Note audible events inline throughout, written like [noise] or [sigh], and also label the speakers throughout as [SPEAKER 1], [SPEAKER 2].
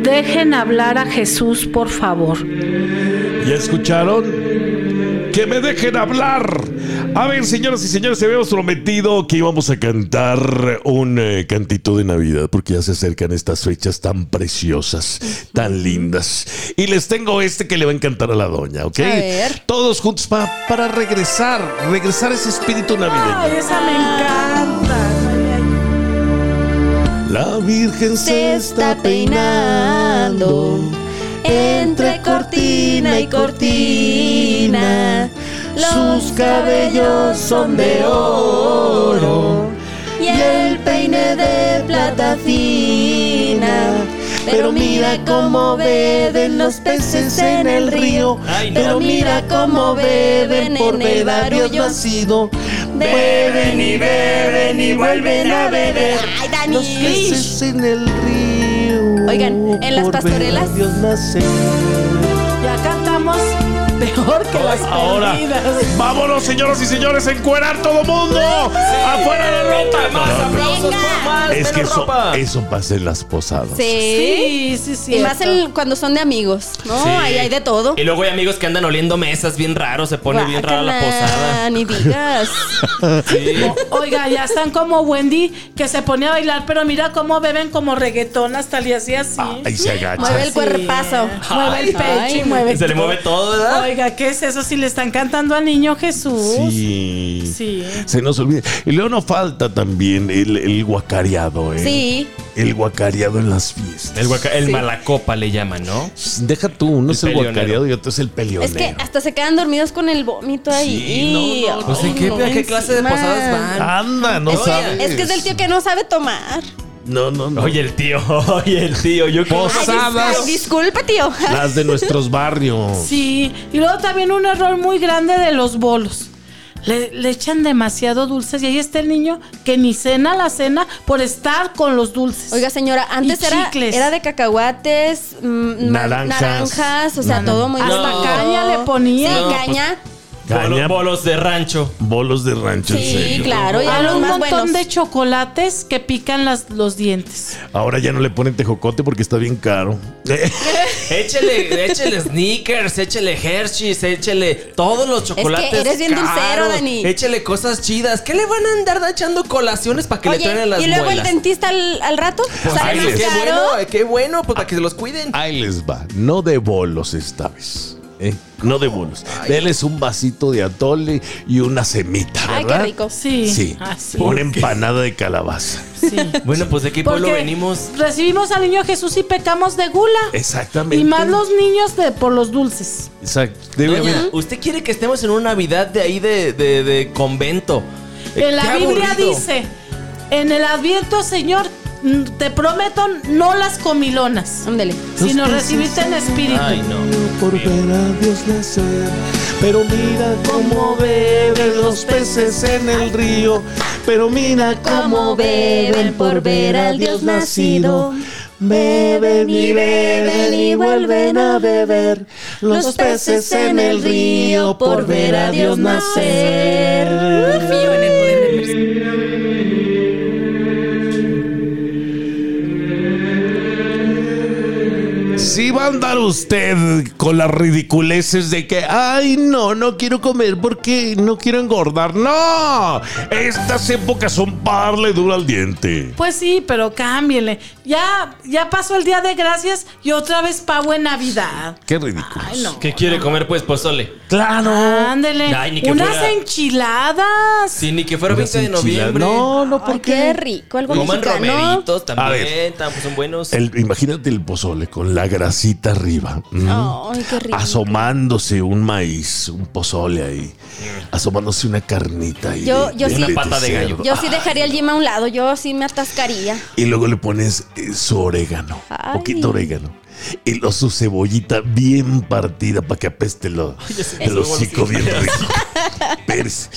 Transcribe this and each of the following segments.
[SPEAKER 1] Dejen hablar a Jesús, por favor.
[SPEAKER 2] ¿Ya escucharon? Que me dejen hablar. A ver, señoras y señores, habíamos prometido que íbamos a cantar un eh, cantito de Navidad porque ya se acercan estas fechas tan preciosas, tan lindas. Y les tengo este que le va a encantar a la doña, ¿ok?
[SPEAKER 3] A ver.
[SPEAKER 2] Todos juntos pa- para regresar, regresar ese espíritu navideño.
[SPEAKER 1] esa me encanta.
[SPEAKER 2] La Virgen
[SPEAKER 3] se está peinando entre cortina y cortina. Sus cabellos son de oro y el peine de plata fina. Pero mira cómo beben los peces en el río.
[SPEAKER 4] Ay, no.
[SPEAKER 3] Pero mira cómo beben por vedarios nacido. Beben y beben y vuelven a beber.
[SPEAKER 4] Ay, Dani.
[SPEAKER 3] Los peces en el río.
[SPEAKER 4] Oigan, en las
[SPEAKER 3] por
[SPEAKER 4] pastorelas.
[SPEAKER 3] vedarios nacer.
[SPEAKER 1] Ya cantamos peor que las
[SPEAKER 2] Ahora,
[SPEAKER 1] perdidas.
[SPEAKER 2] vámonos, señoras y señores, a encuerar todo mundo. ¡Afuera la ropa! No, no,
[SPEAKER 4] aplausos,
[SPEAKER 3] Venga.
[SPEAKER 4] más,
[SPEAKER 2] Es que
[SPEAKER 4] menos
[SPEAKER 2] eso,
[SPEAKER 4] ropa.
[SPEAKER 2] eso pasa en las posadas.
[SPEAKER 3] Sí.
[SPEAKER 1] Sí, sí, sí.
[SPEAKER 3] Y más el- cuando son de amigos, ¿no?
[SPEAKER 4] Sí.
[SPEAKER 3] Ahí hay de todo.
[SPEAKER 4] Y luego hay amigos que andan oliendo mesas bien raro, se pone bien rara la
[SPEAKER 3] Guácala,
[SPEAKER 4] posada.
[SPEAKER 3] Ni [laughs] digas.
[SPEAKER 4] Sí.
[SPEAKER 1] Oiga, ya están como Wendy que se pone a bailar, pero mira cómo beben como reggaetón hasta le hacía así.
[SPEAKER 2] Ahí se agacha.
[SPEAKER 3] Mueve el cuerpazo.
[SPEAKER 1] Mueve el pecho
[SPEAKER 3] Ay.
[SPEAKER 1] y mueve
[SPEAKER 4] Se le mueve todo, ¿verdad?
[SPEAKER 1] Oiga, ¿qué es eso si le están cantando al niño Jesús?
[SPEAKER 2] Sí.
[SPEAKER 1] Sí.
[SPEAKER 2] Se nos olvida. Y luego nos falta también el, el guacareado, ¿eh?
[SPEAKER 3] Sí.
[SPEAKER 2] El guacareado en las fiestas.
[SPEAKER 4] El, guaca- el malacopa le llaman, ¿no?
[SPEAKER 2] Deja tú, uno
[SPEAKER 4] El
[SPEAKER 2] es el
[SPEAKER 4] peleonero.
[SPEAKER 2] guacareado y otro es el
[SPEAKER 3] Es
[SPEAKER 2] peleonero.
[SPEAKER 3] que hasta se quedan dormidos con el vómito ahí.
[SPEAKER 2] Sí, no, no,
[SPEAKER 4] Pues en qué,
[SPEAKER 3] Ay, no,
[SPEAKER 4] a qué clase de
[SPEAKER 3] encima.
[SPEAKER 4] posadas van.
[SPEAKER 2] Anda, no
[SPEAKER 4] Oye,
[SPEAKER 2] sabes.
[SPEAKER 3] Es que es del tío que no sabe tomar.
[SPEAKER 2] No, no, no.
[SPEAKER 4] Oye, el tío, [laughs] oye, el tío, yo como.
[SPEAKER 3] Ay, dis-
[SPEAKER 2] Posadas.
[SPEAKER 3] ay, disculpa, tío.
[SPEAKER 2] Las de nuestros barrios.
[SPEAKER 1] [laughs] Sí, y luego también un error muy grande de los bolos. Le, le echan demasiado dulces y ahí está el niño que ni cena la cena por estar con los dulces.
[SPEAKER 3] Oiga, señora, antes
[SPEAKER 1] Y
[SPEAKER 3] era,
[SPEAKER 1] chicles.
[SPEAKER 3] era de cacahuates, mm, ma-
[SPEAKER 2] Naranjas.
[SPEAKER 3] naranjas, o sea, todo muy
[SPEAKER 1] Hasta
[SPEAKER 3] rico.
[SPEAKER 1] caña le ponía.
[SPEAKER 3] Sí,
[SPEAKER 4] No, pues-
[SPEAKER 3] caña.
[SPEAKER 2] Caña,
[SPEAKER 4] Bolos, bolos de rancho.
[SPEAKER 2] bolos de rancho, en
[SPEAKER 3] Sí,
[SPEAKER 2] serio.
[SPEAKER 3] claro, ya
[SPEAKER 1] Ahora
[SPEAKER 3] los
[SPEAKER 1] un
[SPEAKER 3] más
[SPEAKER 1] montón
[SPEAKER 3] buenos.
[SPEAKER 1] de chocolates que pican las, los dientes.
[SPEAKER 2] Ahora ya no le ponen tejocote porque está bien caro. [laughs]
[SPEAKER 4] Échele, échele sneakers, échele Hershey's, échele todos los chocolates.
[SPEAKER 3] eres bien dulcero,
[SPEAKER 4] caros,
[SPEAKER 3] Dani.
[SPEAKER 4] Échele cosas chidas. ¿Qué le van a andar echando colaciones para que le
[SPEAKER 3] Oye,
[SPEAKER 4] truenen las
[SPEAKER 3] y luego el
[SPEAKER 4] muelas?
[SPEAKER 3] dentista al, al rato
[SPEAKER 2] Pues,
[SPEAKER 3] sale
[SPEAKER 4] Ay,
[SPEAKER 3] más
[SPEAKER 4] qué
[SPEAKER 3] caro.
[SPEAKER 4] bueno, qué bueno, pues para que se los cuiden.
[SPEAKER 2] Ahí les va. No de bolos esta vez. ¿eh? No de bolos. Denles un vasito de atole y una semita, ¿verdad?
[SPEAKER 3] Ay, qué rico.
[SPEAKER 1] Sí.
[SPEAKER 2] Sí.
[SPEAKER 1] Ah, sí.
[SPEAKER 2] Una empanada de calabaza.
[SPEAKER 1] Sí.
[SPEAKER 4] Bueno, pues de qué pueblo
[SPEAKER 1] Porque
[SPEAKER 4] venimos.
[SPEAKER 1] recibimos al niño Jesús y pecamos de gula.
[SPEAKER 2] Exactamente.
[SPEAKER 1] Y más los niños de por los dulces.
[SPEAKER 2] Exacto. Debe
[SPEAKER 4] Doña,
[SPEAKER 2] haber-
[SPEAKER 4] usted quiere que estemos en una Navidad de ahí de, de- de convento. Eh,
[SPEAKER 1] En la
[SPEAKER 4] qué
[SPEAKER 1] Biblia
[SPEAKER 4] aburrido.
[SPEAKER 1] dice, en el Adviento, Señor, mm, te prometo no las comilonas,
[SPEAKER 3] Ándale.
[SPEAKER 1] sino recibirte en espíritu.
[SPEAKER 4] Ay, no.
[SPEAKER 2] Por ver a Dios nacer, pero mira cómo beben los peces en el río, pero mira
[SPEAKER 3] Cómo beben por ver al Dios nacido. Beben y beben y vuelven a beber los peces en el río por ver a Dios nacer. Confío en el poder de Cristo.
[SPEAKER 2] Si va a andar usted con las ridiculeces de que, ay, no, no quiero comer porque no quiero engordar. No, estas épocas son par, le dura al diente.
[SPEAKER 1] Pues sí, pero cámbienle. Ya, ya pasó el día de gracias y otra vez pavo en Navidad.
[SPEAKER 2] Qué ridículo.
[SPEAKER 1] Ay, no.
[SPEAKER 4] ¿Qué quiere comer pues pozole?
[SPEAKER 2] Claro.
[SPEAKER 1] Ándele.
[SPEAKER 4] Ay, ni que
[SPEAKER 1] Unas
[SPEAKER 4] fuera-
[SPEAKER 1] enchiladas.
[SPEAKER 4] Sí, ni que fuera 20 de
[SPEAKER 2] Enchiladas.
[SPEAKER 4] noviembre.
[SPEAKER 2] No, no, ¿por
[SPEAKER 3] qué
[SPEAKER 2] qué?
[SPEAKER 3] rico, algo
[SPEAKER 4] Coman
[SPEAKER 3] mexicano.
[SPEAKER 4] romeritos
[SPEAKER 2] A
[SPEAKER 4] también,
[SPEAKER 2] ver.
[SPEAKER 4] tan- pues son buenos.
[SPEAKER 2] El- imagínate el pozole con la grasita arriba. Mm.
[SPEAKER 3] Ay, qué rico.
[SPEAKER 2] Asomándose un maíz, un pozole ahí. Asomándose una carnita ahí.
[SPEAKER 3] Yo- yo sí- Una
[SPEAKER 4] pata de gallo.
[SPEAKER 3] Yo sí dejaría el gym a un lado, yo sí me atascaría.
[SPEAKER 2] Y luego le pones eh, su orégano,
[SPEAKER 3] Ay.
[SPEAKER 2] poquito orégano. Y luego su cebollita bien partida para que apeste [laughs] lo, el hocico bien [laughs] rico. Pers,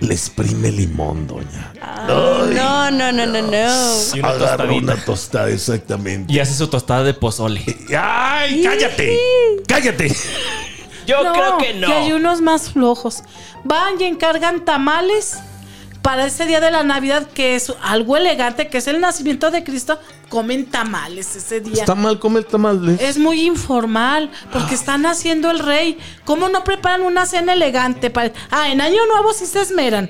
[SPEAKER 2] le exprime limón, doña. Ay,
[SPEAKER 3] No, no, no, no, no.
[SPEAKER 4] Y una
[SPEAKER 2] agarra
[SPEAKER 4] tostadita.
[SPEAKER 2] una tostada, exactamente.
[SPEAKER 4] Y hace su tostada de pozole.
[SPEAKER 1] [laughs]
[SPEAKER 2] ¡Ay, cállate! ¡Cállate!
[SPEAKER 4] Yo
[SPEAKER 1] No,
[SPEAKER 4] creo que no.
[SPEAKER 1] Que hay unos más flojos. Van y encargan tamales para ese día de la Navidad, que es algo elegante, que es el nacimiento de Cristo, comen tamales ese día.
[SPEAKER 5] Está mal, come el tamal.
[SPEAKER 1] Es muy informal, porque están haciendo el rey. ¿Cómo no preparan una cena elegante? Para... Ah, en Año Nuevo sí se esmeran.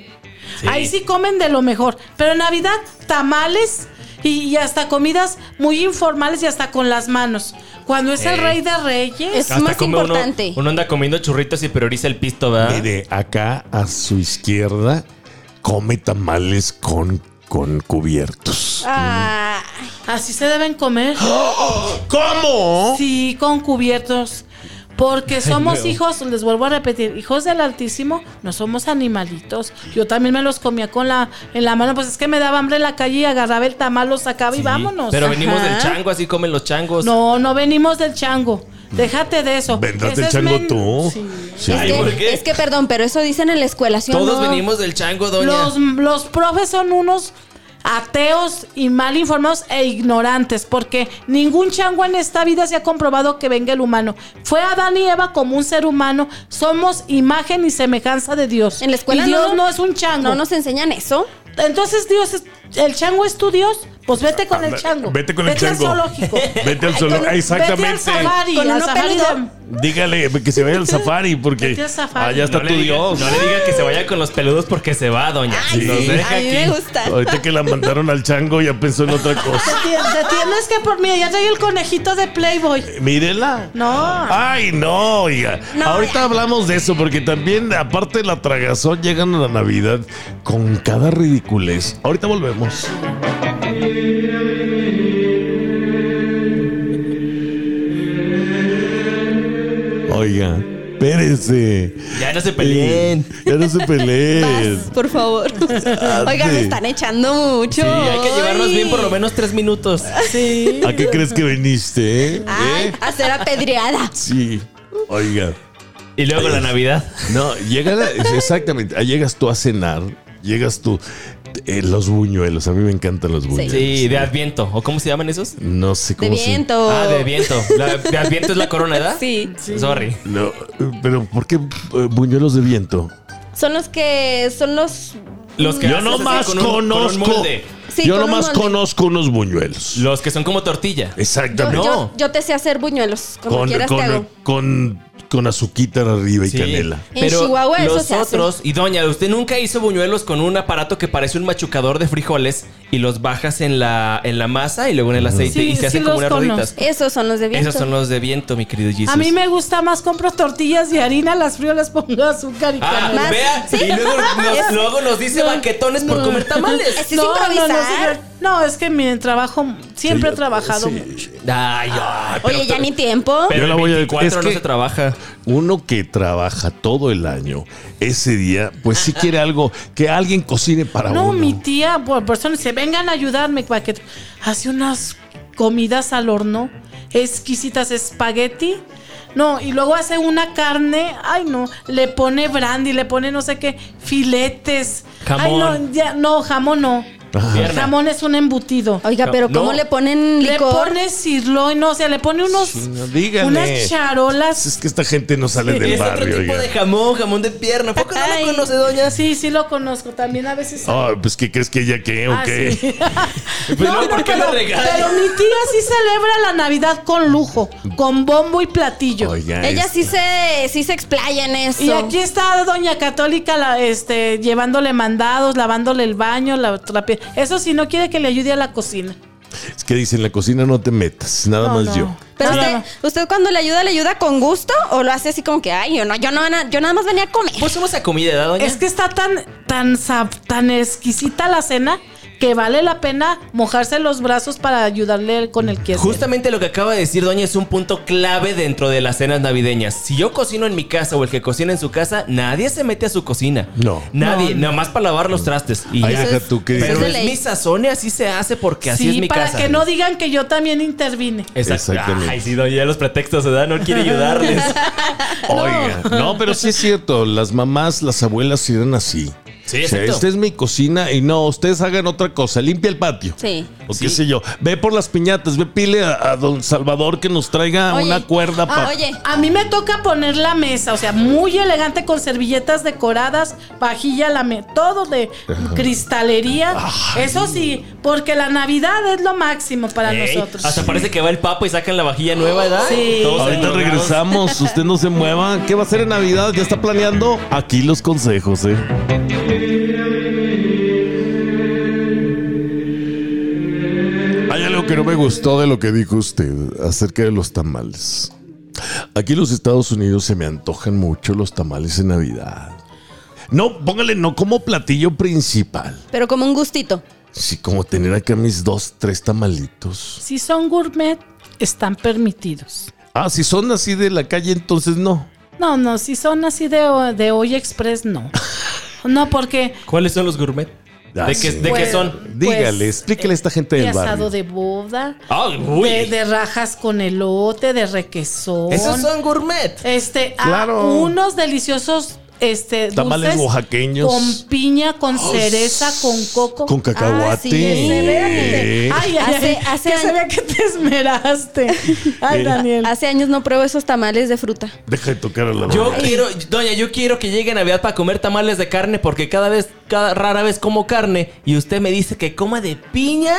[SPEAKER 4] Sí.
[SPEAKER 1] Ahí sí comen de lo mejor. Pero en Navidad, tamales y, y hasta comidas muy informales y hasta con las manos. Cuando es el
[SPEAKER 4] Sí.
[SPEAKER 1] rey de reyes.
[SPEAKER 3] Es
[SPEAKER 4] Hasta
[SPEAKER 3] más
[SPEAKER 4] come uno-
[SPEAKER 3] importante.
[SPEAKER 4] Uno, anda comiendo churritos y prioriza el pisto, ¿verdad?
[SPEAKER 2] Mire, acá a su izquierda come tamales con, con cubiertos.
[SPEAKER 3] Ah,
[SPEAKER 1] Así se deben comer.
[SPEAKER 2] [gasps] ¿Cómo?
[SPEAKER 1] Sí, con cubiertos. Porque somos hijos, les vuelvo a repetir, hijos del Altísimo, no somos animalitos. Yo también me los comía con la en la mano, pues es que me daba hambre en la calle y agarraba el tamal, lo sacaba y
[SPEAKER 4] Sí.
[SPEAKER 1] vámonos.
[SPEAKER 4] Pero venimos
[SPEAKER 3] Ajá.
[SPEAKER 4] del chango, así comen los changos.
[SPEAKER 1] No, no venimos del chango. Déjate de eso.
[SPEAKER 2] Mm. Vendrás
[SPEAKER 1] Ese
[SPEAKER 2] del
[SPEAKER 1] es
[SPEAKER 2] chango
[SPEAKER 1] men-
[SPEAKER 2] tú.
[SPEAKER 1] Sí.
[SPEAKER 2] Sí.
[SPEAKER 3] es,
[SPEAKER 4] Ay, ¿por
[SPEAKER 3] que,
[SPEAKER 4] qué?
[SPEAKER 3] es que, perdón, pero eso dicen en la escuela, ¿sí o
[SPEAKER 4] Todos
[SPEAKER 3] no?
[SPEAKER 4] venimos del chango, doña.
[SPEAKER 1] Los, los profes son unos ateos y mal informados e ignorantes, porque ningún chango en esta vida se ha comprobado que venga el humano. Fue Adán y Eva como un ser humano, somos imagen y semejanza de Dios.
[SPEAKER 3] En la escuela
[SPEAKER 1] y Dios no,
[SPEAKER 3] no.
[SPEAKER 1] es un chango.
[SPEAKER 3] Ah, No nos enseñan eso.
[SPEAKER 1] Entonces Dios, es- el chango es tu Dios, pues vete con el chango.
[SPEAKER 2] Ah, Vete con el chango.
[SPEAKER 1] Al zoológico.
[SPEAKER 2] [laughs] Vete al solo.
[SPEAKER 1] Vete al
[SPEAKER 2] Exactamente.
[SPEAKER 1] safari.
[SPEAKER 3] Con
[SPEAKER 1] al
[SPEAKER 3] uno
[SPEAKER 1] safari de-
[SPEAKER 3] peludo.
[SPEAKER 2] Dígale que se vaya al safari porque
[SPEAKER 1] Vete al safari.
[SPEAKER 2] allá está
[SPEAKER 4] no
[SPEAKER 2] tu
[SPEAKER 4] le diga-
[SPEAKER 2] Dios.
[SPEAKER 4] No le diga que se vaya con los peludos porque se va, doña.
[SPEAKER 3] Ay,
[SPEAKER 4] Nos
[SPEAKER 3] sí,
[SPEAKER 4] deja
[SPEAKER 3] a mí
[SPEAKER 4] aquí.
[SPEAKER 3] me gusta.
[SPEAKER 2] Ahorita que la mandaron al chango ya pensó en otra cosa.
[SPEAKER 1] Te te tienes que por mí, ya trae el conejito de Playboy.
[SPEAKER 2] Mírela.
[SPEAKER 1] No.
[SPEAKER 2] Ay, no, oiga.
[SPEAKER 3] No,
[SPEAKER 2] Ahorita hablamos de eso porque también, aparte de la tragazón, llegan a la Navidad con cada ridiculez. Ahorita volvemos. Oiga, espérense.
[SPEAKER 4] Ya no se peleen.
[SPEAKER 2] Ya no
[SPEAKER 3] [laughs]
[SPEAKER 2] se peleen.
[SPEAKER 3] Paz, por favor. Oiga, me están echando mucho.
[SPEAKER 4] Sí, hay que llevarnos
[SPEAKER 3] Ay.
[SPEAKER 4] bien por lo menos tres minutos.
[SPEAKER 1] Sí.
[SPEAKER 2] ¿A qué crees que viniste? eh?
[SPEAKER 3] Ay,
[SPEAKER 2] ¿Eh?
[SPEAKER 3] a ser apedreada.
[SPEAKER 2] Sí. Oiga.
[SPEAKER 4] Y luego la Navidad.
[SPEAKER 2] No, llega la- exactamente. ah, Llegas tú a cenar, llegas tú. eh, los buñuelos, a mí me encantan los buñuelos.
[SPEAKER 4] Sí, de Adviento. ¿O cómo se llaman esos?
[SPEAKER 2] No sé
[SPEAKER 3] De
[SPEAKER 2] cómo se-
[SPEAKER 3] viento.
[SPEAKER 4] Ah, de Adviento. La- de Adviento es la corona, ¿verdad?
[SPEAKER 3] Oh. Sí.
[SPEAKER 4] Sorry.
[SPEAKER 2] No, eh, pero ¿por qué eh, buñuelos de viento?
[SPEAKER 3] Son los que son los
[SPEAKER 4] Los que
[SPEAKER 2] Yo
[SPEAKER 4] haces así
[SPEAKER 2] nomás
[SPEAKER 4] con un- con un
[SPEAKER 2] conozco.
[SPEAKER 4] molde.
[SPEAKER 3] Sí,
[SPEAKER 2] yo
[SPEAKER 3] con un
[SPEAKER 2] nomás
[SPEAKER 3] molde.
[SPEAKER 2] conozco unos buñuelos.
[SPEAKER 4] Los que son como tortilla.
[SPEAKER 3] yo,
[SPEAKER 2] Exactamente.
[SPEAKER 3] yo, yo te sé hacer buñuelos, como
[SPEAKER 2] con,
[SPEAKER 3] quieras te
[SPEAKER 2] con,
[SPEAKER 3] hago.
[SPEAKER 2] con, con azuquita arriba y
[SPEAKER 4] Sí.
[SPEAKER 2] canela.
[SPEAKER 3] En Chihuahua eso
[SPEAKER 4] los
[SPEAKER 3] se hace.
[SPEAKER 4] otros, y doña, usted nunca hizo buñuelos con un aparato que parece un machucador de frijoles y los bajas en la, en la masa y luego en el aceite
[SPEAKER 1] Sí,
[SPEAKER 4] y se
[SPEAKER 1] sí
[SPEAKER 4] hacen como
[SPEAKER 1] los
[SPEAKER 4] unas
[SPEAKER 1] conozco.
[SPEAKER 4] roditas.
[SPEAKER 3] Esos son los Eh, de viento.
[SPEAKER 4] Esos son los de viento, mi querido Jesus.
[SPEAKER 1] A mí me gusta más, compro tortillas y harina, las frío, les pongo azúcar y
[SPEAKER 4] Ah,
[SPEAKER 1] canela.
[SPEAKER 3] Más-
[SPEAKER 4] vea,
[SPEAKER 3] sí.
[SPEAKER 4] y luego nos, luego nos dice banquetones por comer tamales.
[SPEAKER 3] Es improvisar.
[SPEAKER 1] señor. No, es que mi trabajo siempre he trabajado
[SPEAKER 2] Sí.
[SPEAKER 1] mucho.
[SPEAKER 4] Ay, ay, pero-
[SPEAKER 3] Oye, ya ni tiempo.
[SPEAKER 4] Pero
[SPEAKER 2] Yo la
[SPEAKER 4] el
[SPEAKER 2] voy a-
[SPEAKER 4] 24
[SPEAKER 2] es
[SPEAKER 4] no
[SPEAKER 2] que-
[SPEAKER 4] se trabaja.
[SPEAKER 2] Uno que trabaja todo el año, ese día, pues si quiere algo, que alguien cocine para
[SPEAKER 1] No,
[SPEAKER 2] uno.
[SPEAKER 1] mi tía, por personas, se vengan a ayudarme, pa' que hace unas comidas al horno, exquisitas espagueti. No, y luego hace una carne, ay no, le pone brandy, le pone no sé qué, filetes. Ay,
[SPEAKER 4] Jamón.
[SPEAKER 1] no, ya- no, jamón no.
[SPEAKER 4] Pierna.
[SPEAKER 1] Jamón es un embutido.
[SPEAKER 3] Oiga, pero
[SPEAKER 4] No.
[SPEAKER 3] ¿cómo le ponen licor?
[SPEAKER 1] Le pone sirloin, no, o sea, le pone unos
[SPEAKER 2] Sí, no, dígale.
[SPEAKER 1] unas charolas.
[SPEAKER 2] Es que esta gente no sale del
[SPEAKER 4] es
[SPEAKER 2] barrio.
[SPEAKER 4] otro tipo
[SPEAKER 2] oiga.
[SPEAKER 4] de jamón, jamón de pierna. ¿Poco no
[SPEAKER 3] Ay.
[SPEAKER 4] lo conoce, doña?
[SPEAKER 1] Sí, sí lo conozco, también a veces.
[SPEAKER 2] Ah, pues ¿qué crees que ella qué
[SPEAKER 1] [laughs]
[SPEAKER 2] o
[SPEAKER 1] Ah,
[SPEAKER 2] qué? [laughs]
[SPEAKER 1] sí.
[SPEAKER 4] luego, ¿por qué me
[SPEAKER 1] pero,
[SPEAKER 4] regaña?
[SPEAKER 1] pero mi tía sí celebra la Navidad con lujo, con bombo y platillo.
[SPEAKER 2] Oiga,
[SPEAKER 3] Ella
[SPEAKER 2] es-
[SPEAKER 3] sí
[SPEAKER 4] Este.
[SPEAKER 3] se, sí se explaya en eso.
[SPEAKER 1] Y aquí está Doña Católica la, este, llevándole mandados, lavándole el baño, la trape- Eso sí, no quiere que le ayude a la cocina.
[SPEAKER 2] es que dicen, en la cocina no te metas, nada
[SPEAKER 1] No,
[SPEAKER 2] más
[SPEAKER 1] no.
[SPEAKER 2] yo.
[SPEAKER 3] Pero
[SPEAKER 1] No,
[SPEAKER 3] usted,
[SPEAKER 1] no, no.
[SPEAKER 3] usted cuando le ayuda, ¿le ayuda con gusto? ¿O lo hace así como que, ay, yo no, yo no, na- yo nada más venía a comer?
[SPEAKER 4] Pues somos a comida, ¿verdad, doña?
[SPEAKER 1] Es que está tan, tan, sab- tan exquisita la cena que vale la pena mojarse los brazos para ayudarle con el que
[SPEAKER 4] Justamente lo que acaba de decir Doña es un punto clave dentro de las cenas navideñas. Si yo cocino en mi casa o el que cocina en su casa, nadie se mete a su cocina.
[SPEAKER 2] No.
[SPEAKER 4] Nadie, nada más para lavar los trastes. Y
[SPEAKER 2] Ay,
[SPEAKER 4] eso
[SPEAKER 2] deja
[SPEAKER 4] es-
[SPEAKER 2] tú que-
[SPEAKER 3] eso
[SPEAKER 4] Pero
[SPEAKER 3] es de
[SPEAKER 4] es
[SPEAKER 3] ley.
[SPEAKER 4] mi sazón y así se hace porque así es
[SPEAKER 1] sí,
[SPEAKER 4] mi
[SPEAKER 1] para
[SPEAKER 4] casa.
[SPEAKER 1] que no digan que yo también intervine.
[SPEAKER 4] Exacto.
[SPEAKER 2] Exactamente.
[SPEAKER 4] Ay, sí, Doña, ya los pretextos se dan, no
[SPEAKER 1] [laughs]
[SPEAKER 4] quiere ayudarles.
[SPEAKER 2] Oiga, no, pero sí es cierto, las mamás, las abuelas sí eran así.
[SPEAKER 4] Sí,
[SPEAKER 2] O sea,
[SPEAKER 4] exacto.
[SPEAKER 2] esta es mi cocina y no, ustedes hagan otra cosa, limpia el patio.
[SPEAKER 3] Sí.
[SPEAKER 2] O
[SPEAKER 4] Sí.
[SPEAKER 2] qué sé yo. Ve por las piñatas, ve pile a, a don Salvador que nos traiga
[SPEAKER 3] Oye.
[SPEAKER 2] una cuerda
[SPEAKER 3] Ah,
[SPEAKER 2] para.
[SPEAKER 3] oye,
[SPEAKER 1] A mí me toca poner la mesa, o sea, muy elegante con servilletas decoradas, vajilla, la me- todo de cristalería. Eso sí, porque la Navidad es lo máximo para
[SPEAKER 4] Ey,
[SPEAKER 1] nosotros.
[SPEAKER 4] Hasta parece que va el papa y sacan la vajilla nueva, ¿verdad?
[SPEAKER 1] Sí.
[SPEAKER 4] Todos
[SPEAKER 2] Ahorita
[SPEAKER 4] atorados.
[SPEAKER 2] regresamos, usted no se mueva. ¿Qué va a hacer en Navidad? ¿Ya está planeando? Aquí los consejos, ¿eh? Hay algo que no me gustó de lo que dijo usted acerca de los tamales. Aquí en los Estados Unidos se me antojan mucho los tamales en Navidad. No, póngale no como platillo principal.
[SPEAKER 3] pero como un gustito.
[SPEAKER 2] Sí, como tener acá mis dos, tres tamalitos.
[SPEAKER 1] Si son gourmet, están permitidos.
[SPEAKER 2] Ah, si son así de la calle, entonces no.
[SPEAKER 1] No, no, si son así de, de hoy express, no. No, porque
[SPEAKER 4] ¿Cuáles son los gourmet?
[SPEAKER 2] Ah,
[SPEAKER 4] ¿De, qué,
[SPEAKER 2] sí.
[SPEAKER 4] de qué
[SPEAKER 1] Pues-
[SPEAKER 4] son?
[SPEAKER 2] Dígale,
[SPEAKER 1] pues,
[SPEAKER 2] explícale a esta gente
[SPEAKER 1] de
[SPEAKER 2] del barrio.
[SPEAKER 1] asado de boda,
[SPEAKER 4] Ah, uy.
[SPEAKER 1] de, de rajas con elote, de requesón.
[SPEAKER 4] Esos son gourmet.
[SPEAKER 1] Este, ah,
[SPEAKER 2] Claro.
[SPEAKER 1] unos deliciosos este,
[SPEAKER 2] Tamales
[SPEAKER 1] dulces
[SPEAKER 2] oaxaqueños.
[SPEAKER 1] Con piña, con
[SPEAKER 4] Oh,
[SPEAKER 1] cereza, con coco.
[SPEAKER 2] Con cacahuate.
[SPEAKER 3] Ah, sí, ese,
[SPEAKER 1] Ay,
[SPEAKER 3] véanle.
[SPEAKER 1] ay, ay,
[SPEAKER 3] Hace- hace
[SPEAKER 1] que se
[SPEAKER 3] años-
[SPEAKER 1] vea que te
[SPEAKER 2] [laughs]
[SPEAKER 1] esmeraste. Ay,
[SPEAKER 2] Eh.
[SPEAKER 1] Daniel.
[SPEAKER 3] Hace años no pruebo esos tamales de fruta.
[SPEAKER 2] Deja de tocar a la
[SPEAKER 4] Yo
[SPEAKER 2] mamá.
[SPEAKER 4] quiero, doña, yo quiero que llegue Navidad para comer tamales de carne porque cada vez, cada rara vez como carne y usted me dice que coma de piña.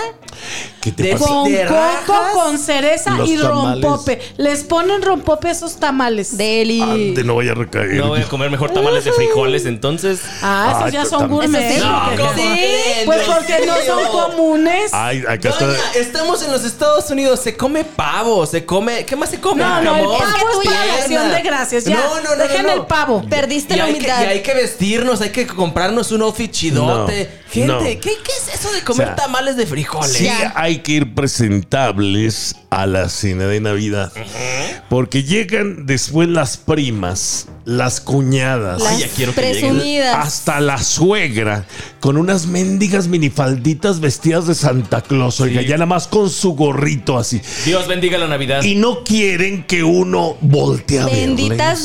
[SPEAKER 2] ¿Qué te
[SPEAKER 4] de-
[SPEAKER 2] pasa?
[SPEAKER 1] Con
[SPEAKER 4] ¿De
[SPEAKER 1] coco,
[SPEAKER 4] rajas?
[SPEAKER 1] con cereza
[SPEAKER 2] Los
[SPEAKER 1] y
[SPEAKER 2] tamales.
[SPEAKER 1] rompope. Les ponen rompope a esos tamales.
[SPEAKER 3] Deli.
[SPEAKER 2] Ande, no vaya a recaer.
[SPEAKER 4] No voy a comer mejor tamales de frijoles, entonces.
[SPEAKER 1] Ah, esos
[SPEAKER 2] Ay,
[SPEAKER 1] ya
[SPEAKER 2] pero
[SPEAKER 1] son
[SPEAKER 2] también-
[SPEAKER 1] gourmet.
[SPEAKER 3] Eso sí,
[SPEAKER 4] No,
[SPEAKER 1] Porque-
[SPEAKER 4] ¿cómo creen?
[SPEAKER 1] Pues
[SPEAKER 4] Dios
[SPEAKER 1] porque no son
[SPEAKER 4] mío.
[SPEAKER 1] comunes.
[SPEAKER 2] Ay, acá está.
[SPEAKER 4] Doña, estamos en los Estados Unidos, se come pavo, se come, ¿qué más se come?
[SPEAKER 1] No, no, el
[SPEAKER 4] Jamón,
[SPEAKER 1] pavo
[SPEAKER 3] es
[SPEAKER 1] es para la
[SPEAKER 4] pierna.
[SPEAKER 1] acción de gracias. Ya,
[SPEAKER 4] No, no, no, no,
[SPEAKER 1] dejen
[SPEAKER 4] no.
[SPEAKER 1] el pavo.
[SPEAKER 3] Perdiste
[SPEAKER 4] Y
[SPEAKER 3] la
[SPEAKER 4] hay, que, y
[SPEAKER 3] humildad.
[SPEAKER 4] hay que vestirnos, hay que comprarnos un outfit chidote.
[SPEAKER 2] No,
[SPEAKER 4] Gente,
[SPEAKER 2] no.
[SPEAKER 4] ¿qué, qué es eso de comer
[SPEAKER 2] O sea,
[SPEAKER 4] tamales de frijoles?
[SPEAKER 2] Sí, hay que ir presentables a la cena de Navidad. Porque llegan después las primas, las cuñadas.
[SPEAKER 3] Las
[SPEAKER 4] Ay, ya quiero que llegue.
[SPEAKER 3] presumidas.
[SPEAKER 2] Hasta la suegra, con unas mendigas minifalditas vestidas de Santa Claus, oiga, ya nada más con su gorrito así.
[SPEAKER 4] Dios bendiga la Navidad.
[SPEAKER 2] Y no quieren que uno voltee a
[SPEAKER 3] Benditas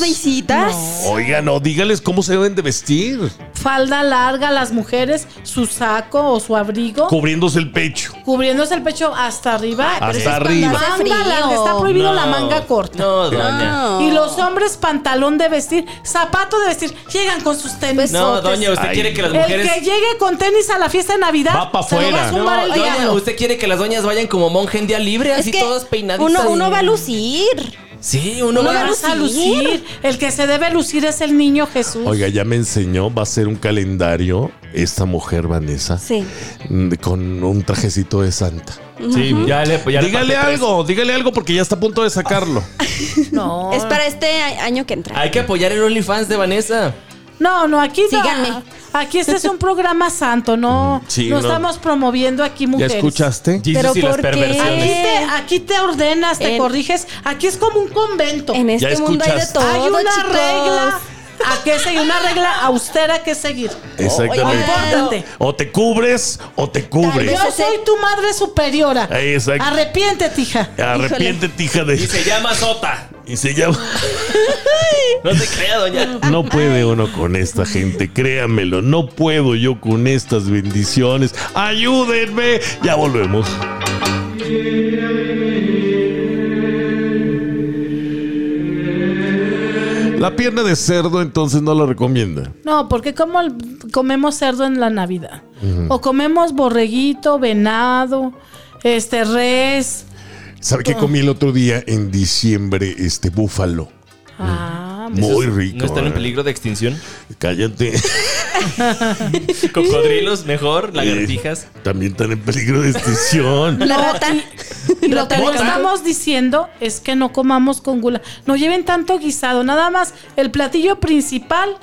[SPEAKER 2] verles.
[SPEAKER 3] visitas.
[SPEAKER 2] Oiga, no, dígales cómo se deben de vestir,
[SPEAKER 1] Falda larga, las mujeres, su saco o su abrigo.
[SPEAKER 2] cubriéndose el pecho.
[SPEAKER 1] cubriéndose el pecho hasta arriba. Pues,
[SPEAKER 2] Hasta
[SPEAKER 1] Pero es cuando
[SPEAKER 2] arriba.
[SPEAKER 1] hace
[SPEAKER 3] Manga
[SPEAKER 1] frío.
[SPEAKER 3] larga,
[SPEAKER 1] está
[SPEAKER 3] está
[SPEAKER 1] prohibido
[SPEAKER 4] No.
[SPEAKER 1] la manga corta.
[SPEAKER 4] No, doña.
[SPEAKER 3] No.
[SPEAKER 1] Y los hombres pantalón de vestir, zapato de vestir, llegan con sus tenis.
[SPEAKER 4] Pues, No, doña, usted
[SPEAKER 2] Ay.
[SPEAKER 4] quiere que las
[SPEAKER 1] El
[SPEAKER 4] mujeres.
[SPEAKER 1] que llegue con tenis a la fiesta de Navidad
[SPEAKER 2] Va pa'
[SPEAKER 1] se lo
[SPEAKER 2] fuera.
[SPEAKER 1] a zumbar
[SPEAKER 4] No,
[SPEAKER 1] el
[SPEAKER 4] doña,
[SPEAKER 1] diablo.
[SPEAKER 4] usted quiere que las doñas vayan como monje en día libre, así todas peinaditas.
[SPEAKER 3] uno, uno va a lucir.
[SPEAKER 4] Sí, uno
[SPEAKER 1] No
[SPEAKER 4] va a
[SPEAKER 1] vas a lucir. El que se debe lucir es el niño Jesús.
[SPEAKER 2] Oiga, ya me enseñó, va a ser un calendario esta mujer Vanessa
[SPEAKER 3] Sí.
[SPEAKER 2] mm, con un trajecito de Santa.
[SPEAKER 4] Sí, ya le. Ya
[SPEAKER 2] dígale algo, dígale algo porque ya está a punto de sacarlo.
[SPEAKER 1] No.
[SPEAKER 3] Es para este a- año que entra.
[SPEAKER 4] Hay que apoyar el OnlyFans de Vanessa.
[SPEAKER 1] No, no, aquí no.
[SPEAKER 3] Síganme.
[SPEAKER 1] Aquí este es un programa santo, no,
[SPEAKER 2] Mm, Sí,
[SPEAKER 1] no,
[SPEAKER 2] no.
[SPEAKER 1] estamos promoviendo aquí
[SPEAKER 2] ¿Ya
[SPEAKER 1] mujeres.
[SPEAKER 2] escuchaste?
[SPEAKER 3] Pero
[SPEAKER 4] y las
[SPEAKER 3] ¿por qué?
[SPEAKER 1] Aquí
[SPEAKER 4] perversiones.
[SPEAKER 1] te, aquí te ordenas, te
[SPEAKER 3] En-
[SPEAKER 1] corriges. Aquí es como un convento.
[SPEAKER 3] En este
[SPEAKER 2] Ya
[SPEAKER 3] mundo hay de
[SPEAKER 2] escuchaste.
[SPEAKER 3] todo,
[SPEAKER 1] Hay una
[SPEAKER 3] chicos.
[SPEAKER 1] regla a que seguir, una regla austera que seguir.
[SPEAKER 2] Exactamente.
[SPEAKER 3] Oigan.
[SPEAKER 1] Compórtate.
[SPEAKER 2] O te cubres o te cubres.
[SPEAKER 3] vez-
[SPEAKER 1] Yo soy tu madre superiora.
[SPEAKER 2] Exacto.
[SPEAKER 1] Arrepiéntete, hija.
[SPEAKER 2] Arrepiéntete, hija de.
[SPEAKER 4] Y se llama Sota.
[SPEAKER 2] Y se llama.
[SPEAKER 4] No se crea, doña.
[SPEAKER 2] No puede uno con esta gente, créamelo. No puedo yo con estas bendiciones. Ayúdenme. Ya volvemos. La pierna de cerdo entonces no la recomienda.
[SPEAKER 1] No, porque como comemos cerdo en la Navidad. O comemos borreguito, venado, este res.
[SPEAKER 2] ¿Sabe qué comí el otro día en diciembre? Este búfalo.
[SPEAKER 1] Ah,
[SPEAKER 2] Muy rico.
[SPEAKER 4] ¿No están en
[SPEAKER 2] ¿eh?
[SPEAKER 4] peligro de extinción?
[SPEAKER 2] Cállate.
[SPEAKER 4] Cocodrilos, mejor, lagartijas.
[SPEAKER 2] [laughs] También están en peligro de [laughs] extinción.
[SPEAKER 3] La rata. [laughs]
[SPEAKER 1] Y lo que le
[SPEAKER 4] Bota.
[SPEAKER 1] estamos diciendo es que no comamos con gula. No lleven tanto guisado, nada más el platillo principal,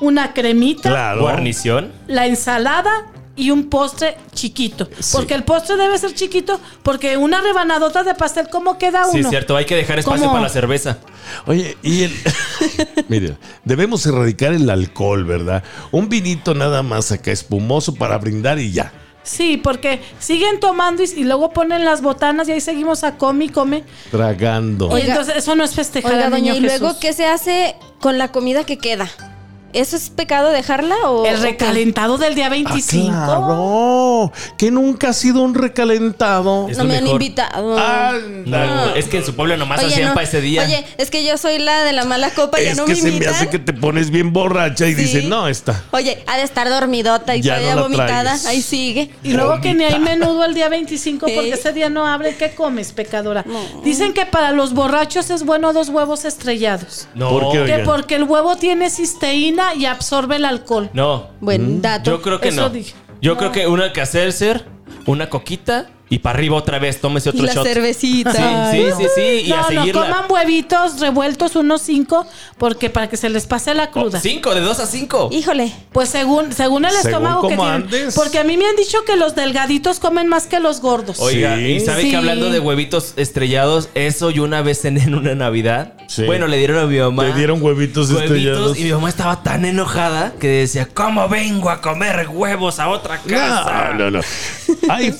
[SPEAKER 1] una cremita,
[SPEAKER 2] Claro.
[SPEAKER 4] Guarnición.
[SPEAKER 1] la ensalada y un postre chiquito.
[SPEAKER 2] Sí.
[SPEAKER 1] Porque el postre debe ser chiquito, porque una rebanadota de pastel, ¿cómo queda
[SPEAKER 4] Sí,
[SPEAKER 1] uno?
[SPEAKER 4] es cierto, hay que dejar espacio
[SPEAKER 1] ¿Cómo?
[SPEAKER 4] para la cerveza.
[SPEAKER 2] Oye, y [laughs] el. Mira, debemos erradicar el alcohol, ¿verdad? Un vinito nada más acá espumoso para brindar y ya.
[SPEAKER 1] Sí, porque siguen tomando y, y luego ponen las botanas y ahí seguimos a come y come.
[SPEAKER 2] Tragando.
[SPEAKER 1] Y
[SPEAKER 3] Oiga.
[SPEAKER 1] entonces eso no es festejar
[SPEAKER 3] Oiga,
[SPEAKER 1] al
[SPEAKER 3] doña,
[SPEAKER 1] niño
[SPEAKER 3] ¿y luego
[SPEAKER 1] Jesús.
[SPEAKER 3] qué se hace con la comida que queda? ¿Eso es pecado dejarla o...?
[SPEAKER 1] El recalentado del día 25.
[SPEAKER 2] Ah, Claro, que nunca ha sido un recalentado.
[SPEAKER 4] Es
[SPEAKER 3] No
[SPEAKER 4] lo
[SPEAKER 3] me han
[SPEAKER 4] mejor.
[SPEAKER 3] invitado.
[SPEAKER 2] Ah, Ándale.
[SPEAKER 4] Es que en su pueblo nomás
[SPEAKER 3] Oye,
[SPEAKER 4] hacían
[SPEAKER 3] no.
[SPEAKER 4] para ese día.
[SPEAKER 3] Oye, es que yo soy la de la mala copa, pues ya
[SPEAKER 2] Es
[SPEAKER 3] no
[SPEAKER 2] que
[SPEAKER 3] me
[SPEAKER 2] se me
[SPEAKER 3] invitan.
[SPEAKER 2] hace que te pones bien borracha y
[SPEAKER 3] Sí.
[SPEAKER 2] dices, no, esta.
[SPEAKER 3] Oye, ha de estar dormidota y
[SPEAKER 2] Ya
[SPEAKER 3] todavía
[SPEAKER 2] no la
[SPEAKER 3] vomitada.
[SPEAKER 2] traes.
[SPEAKER 3] Ahí sigue.
[SPEAKER 1] Y luego que ni hay menudo el día 25 porque
[SPEAKER 3] ¿Eh?
[SPEAKER 1] ese día no abre. ¿Qué comes, pecadora?
[SPEAKER 3] No.
[SPEAKER 1] Dicen que para los borrachos es bueno dos huevos estrellados.
[SPEAKER 4] No,
[SPEAKER 2] ¿Por qué?
[SPEAKER 1] Que
[SPEAKER 2] Oigan.
[SPEAKER 1] porque el huevo tiene cisteína y absorbe el alcohol.
[SPEAKER 4] no.
[SPEAKER 2] Mm.
[SPEAKER 3] Buen dato.
[SPEAKER 4] Yo creo que
[SPEAKER 1] Eso
[SPEAKER 4] no.
[SPEAKER 1] dije.
[SPEAKER 4] Yo creo que una cacercer, una coquita y para arriba otra vez,
[SPEAKER 3] Y
[SPEAKER 4] tómese otro
[SPEAKER 3] la
[SPEAKER 4] shot.
[SPEAKER 3] cervecita.
[SPEAKER 4] Sí, sí, sí, sí, y
[SPEAKER 1] no,
[SPEAKER 4] a
[SPEAKER 1] no,
[SPEAKER 4] seguirla.
[SPEAKER 1] coman huevitos revueltos unos cinco porque para que se les pase la
[SPEAKER 4] Oh,
[SPEAKER 1] cruda.
[SPEAKER 4] cinco, de dos a cinco.
[SPEAKER 3] Híjole.
[SPEAKER 1] Pues según según el
[SPEAKER 2] Según
[SPEAKER 1] estómago que
[SPEAKER 2] como
[SPEAKER 1] tienen.
[SPEAKER 2] andes.
[SPEAKER 1] Porque a mí me han dicho que los delgaditos comen más que los gordos.
[SPEAKER 4] Oiga,
[SPEAKER 2] Sí.
[SPEAKER 4] y sabe
[SPEAKER 1] Sí.
[SPEAKER 4] que hablando de huevitos estrellados, eso yo una vez cené en una Navidad.
[SPEAKER 2] Sí.
[SPEAKER 4] Bueno, le dieron a mi mamá.
[SPEAKER 2] Le dieron huevitos estrellados.
[SPEAKER 4] huevitos y mi mamá estaba tan enojada que decía, ¿cómo vengo a comer huevos a otra casa?
[SPEAKER 2] No, Ah, no, no. [laughs] Hay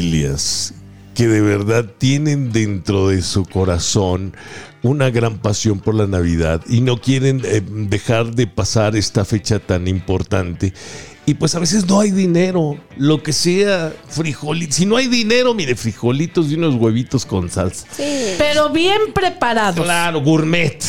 [SPEAKER 2] familias que de verdad tienen dentro de su corazón una gran pasión por la Navidad y no quieren eh, dejar de pasar esta fecha tan importante. Y pues a veces no hay dinero, lo que sea, frijolitos. Si no hay dinero, mire, frijolitos y unos huevitos con salsa.
[SPEAKER 3] Sí.
[SPEAKER 1] Pero bien preparados.
[SPEAKER 2] Claro, gourmet.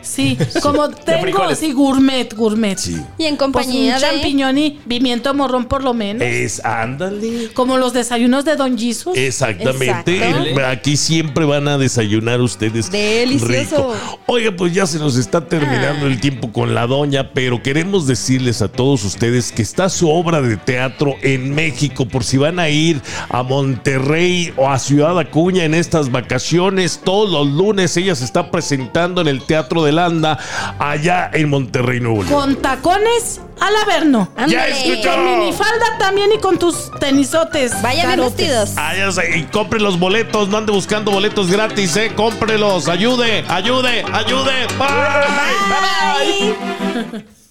[SPEAKER 1] Sí, como tengo
[SPEAKER 4] frijoles.
[SPEAKER 1] así gourmet, gourmet.
[SPEAKER 2] Sí.
[SPEAKER 3] Y
[SPEAKER 1] Pues
[SPEAKER 3] en
[SPEAKER 1] un
[SPEAKER 3] compañía de...
[SPEAKER 1] champiñón y pimiento morrón por lo menos.
[SPEAKER 2] Es, ándale.
[SPEAKER 1] Como los desayunos de Don Jesus.
[SPEAKER 2] Eh. Exactamente.
[SPEAKER 3] Exacto.
[SPEAKER 2] El- Aquí siempre van a desayunar ustedes.
[SPEAKER 3] Delicioso.
[SPEAKER 2] Rico. Oiga, pues ya se nos está terminando
[SPEAKER 3] Ah.
[SPEAKER 2] el tiempo con la doña, pero queremos decirles a todos ustedes que está su obra de teatro en México. Por si van a ir a Monterrey o a Ciudad Acuña en estas vacaciones, todos los lunes ella se está presentando en el Teatro de Landa, allá en Monterrey, Nuevo León.
[SPEAKER 1] Con tacones al averno.
[SPEAKER 2] Ya
[SPEAKER 3] Ándale.
[SPEAKER 2] escuchó.
[SPEAKER 1] Con minifalda también y con tus tenisotes.
[SPEAKER 3] Vayan bien
[SPEAKER 1] carotes.
[SPEAKER 3] vestidos.
[SPEAKER 2] Ah, ya sé. Y compre los boletos, no ande buscando boletos gratis, ¿eh? Cómprelos, ayude, ayude, ayude. Bye.
[SPEAKER 3] Bye.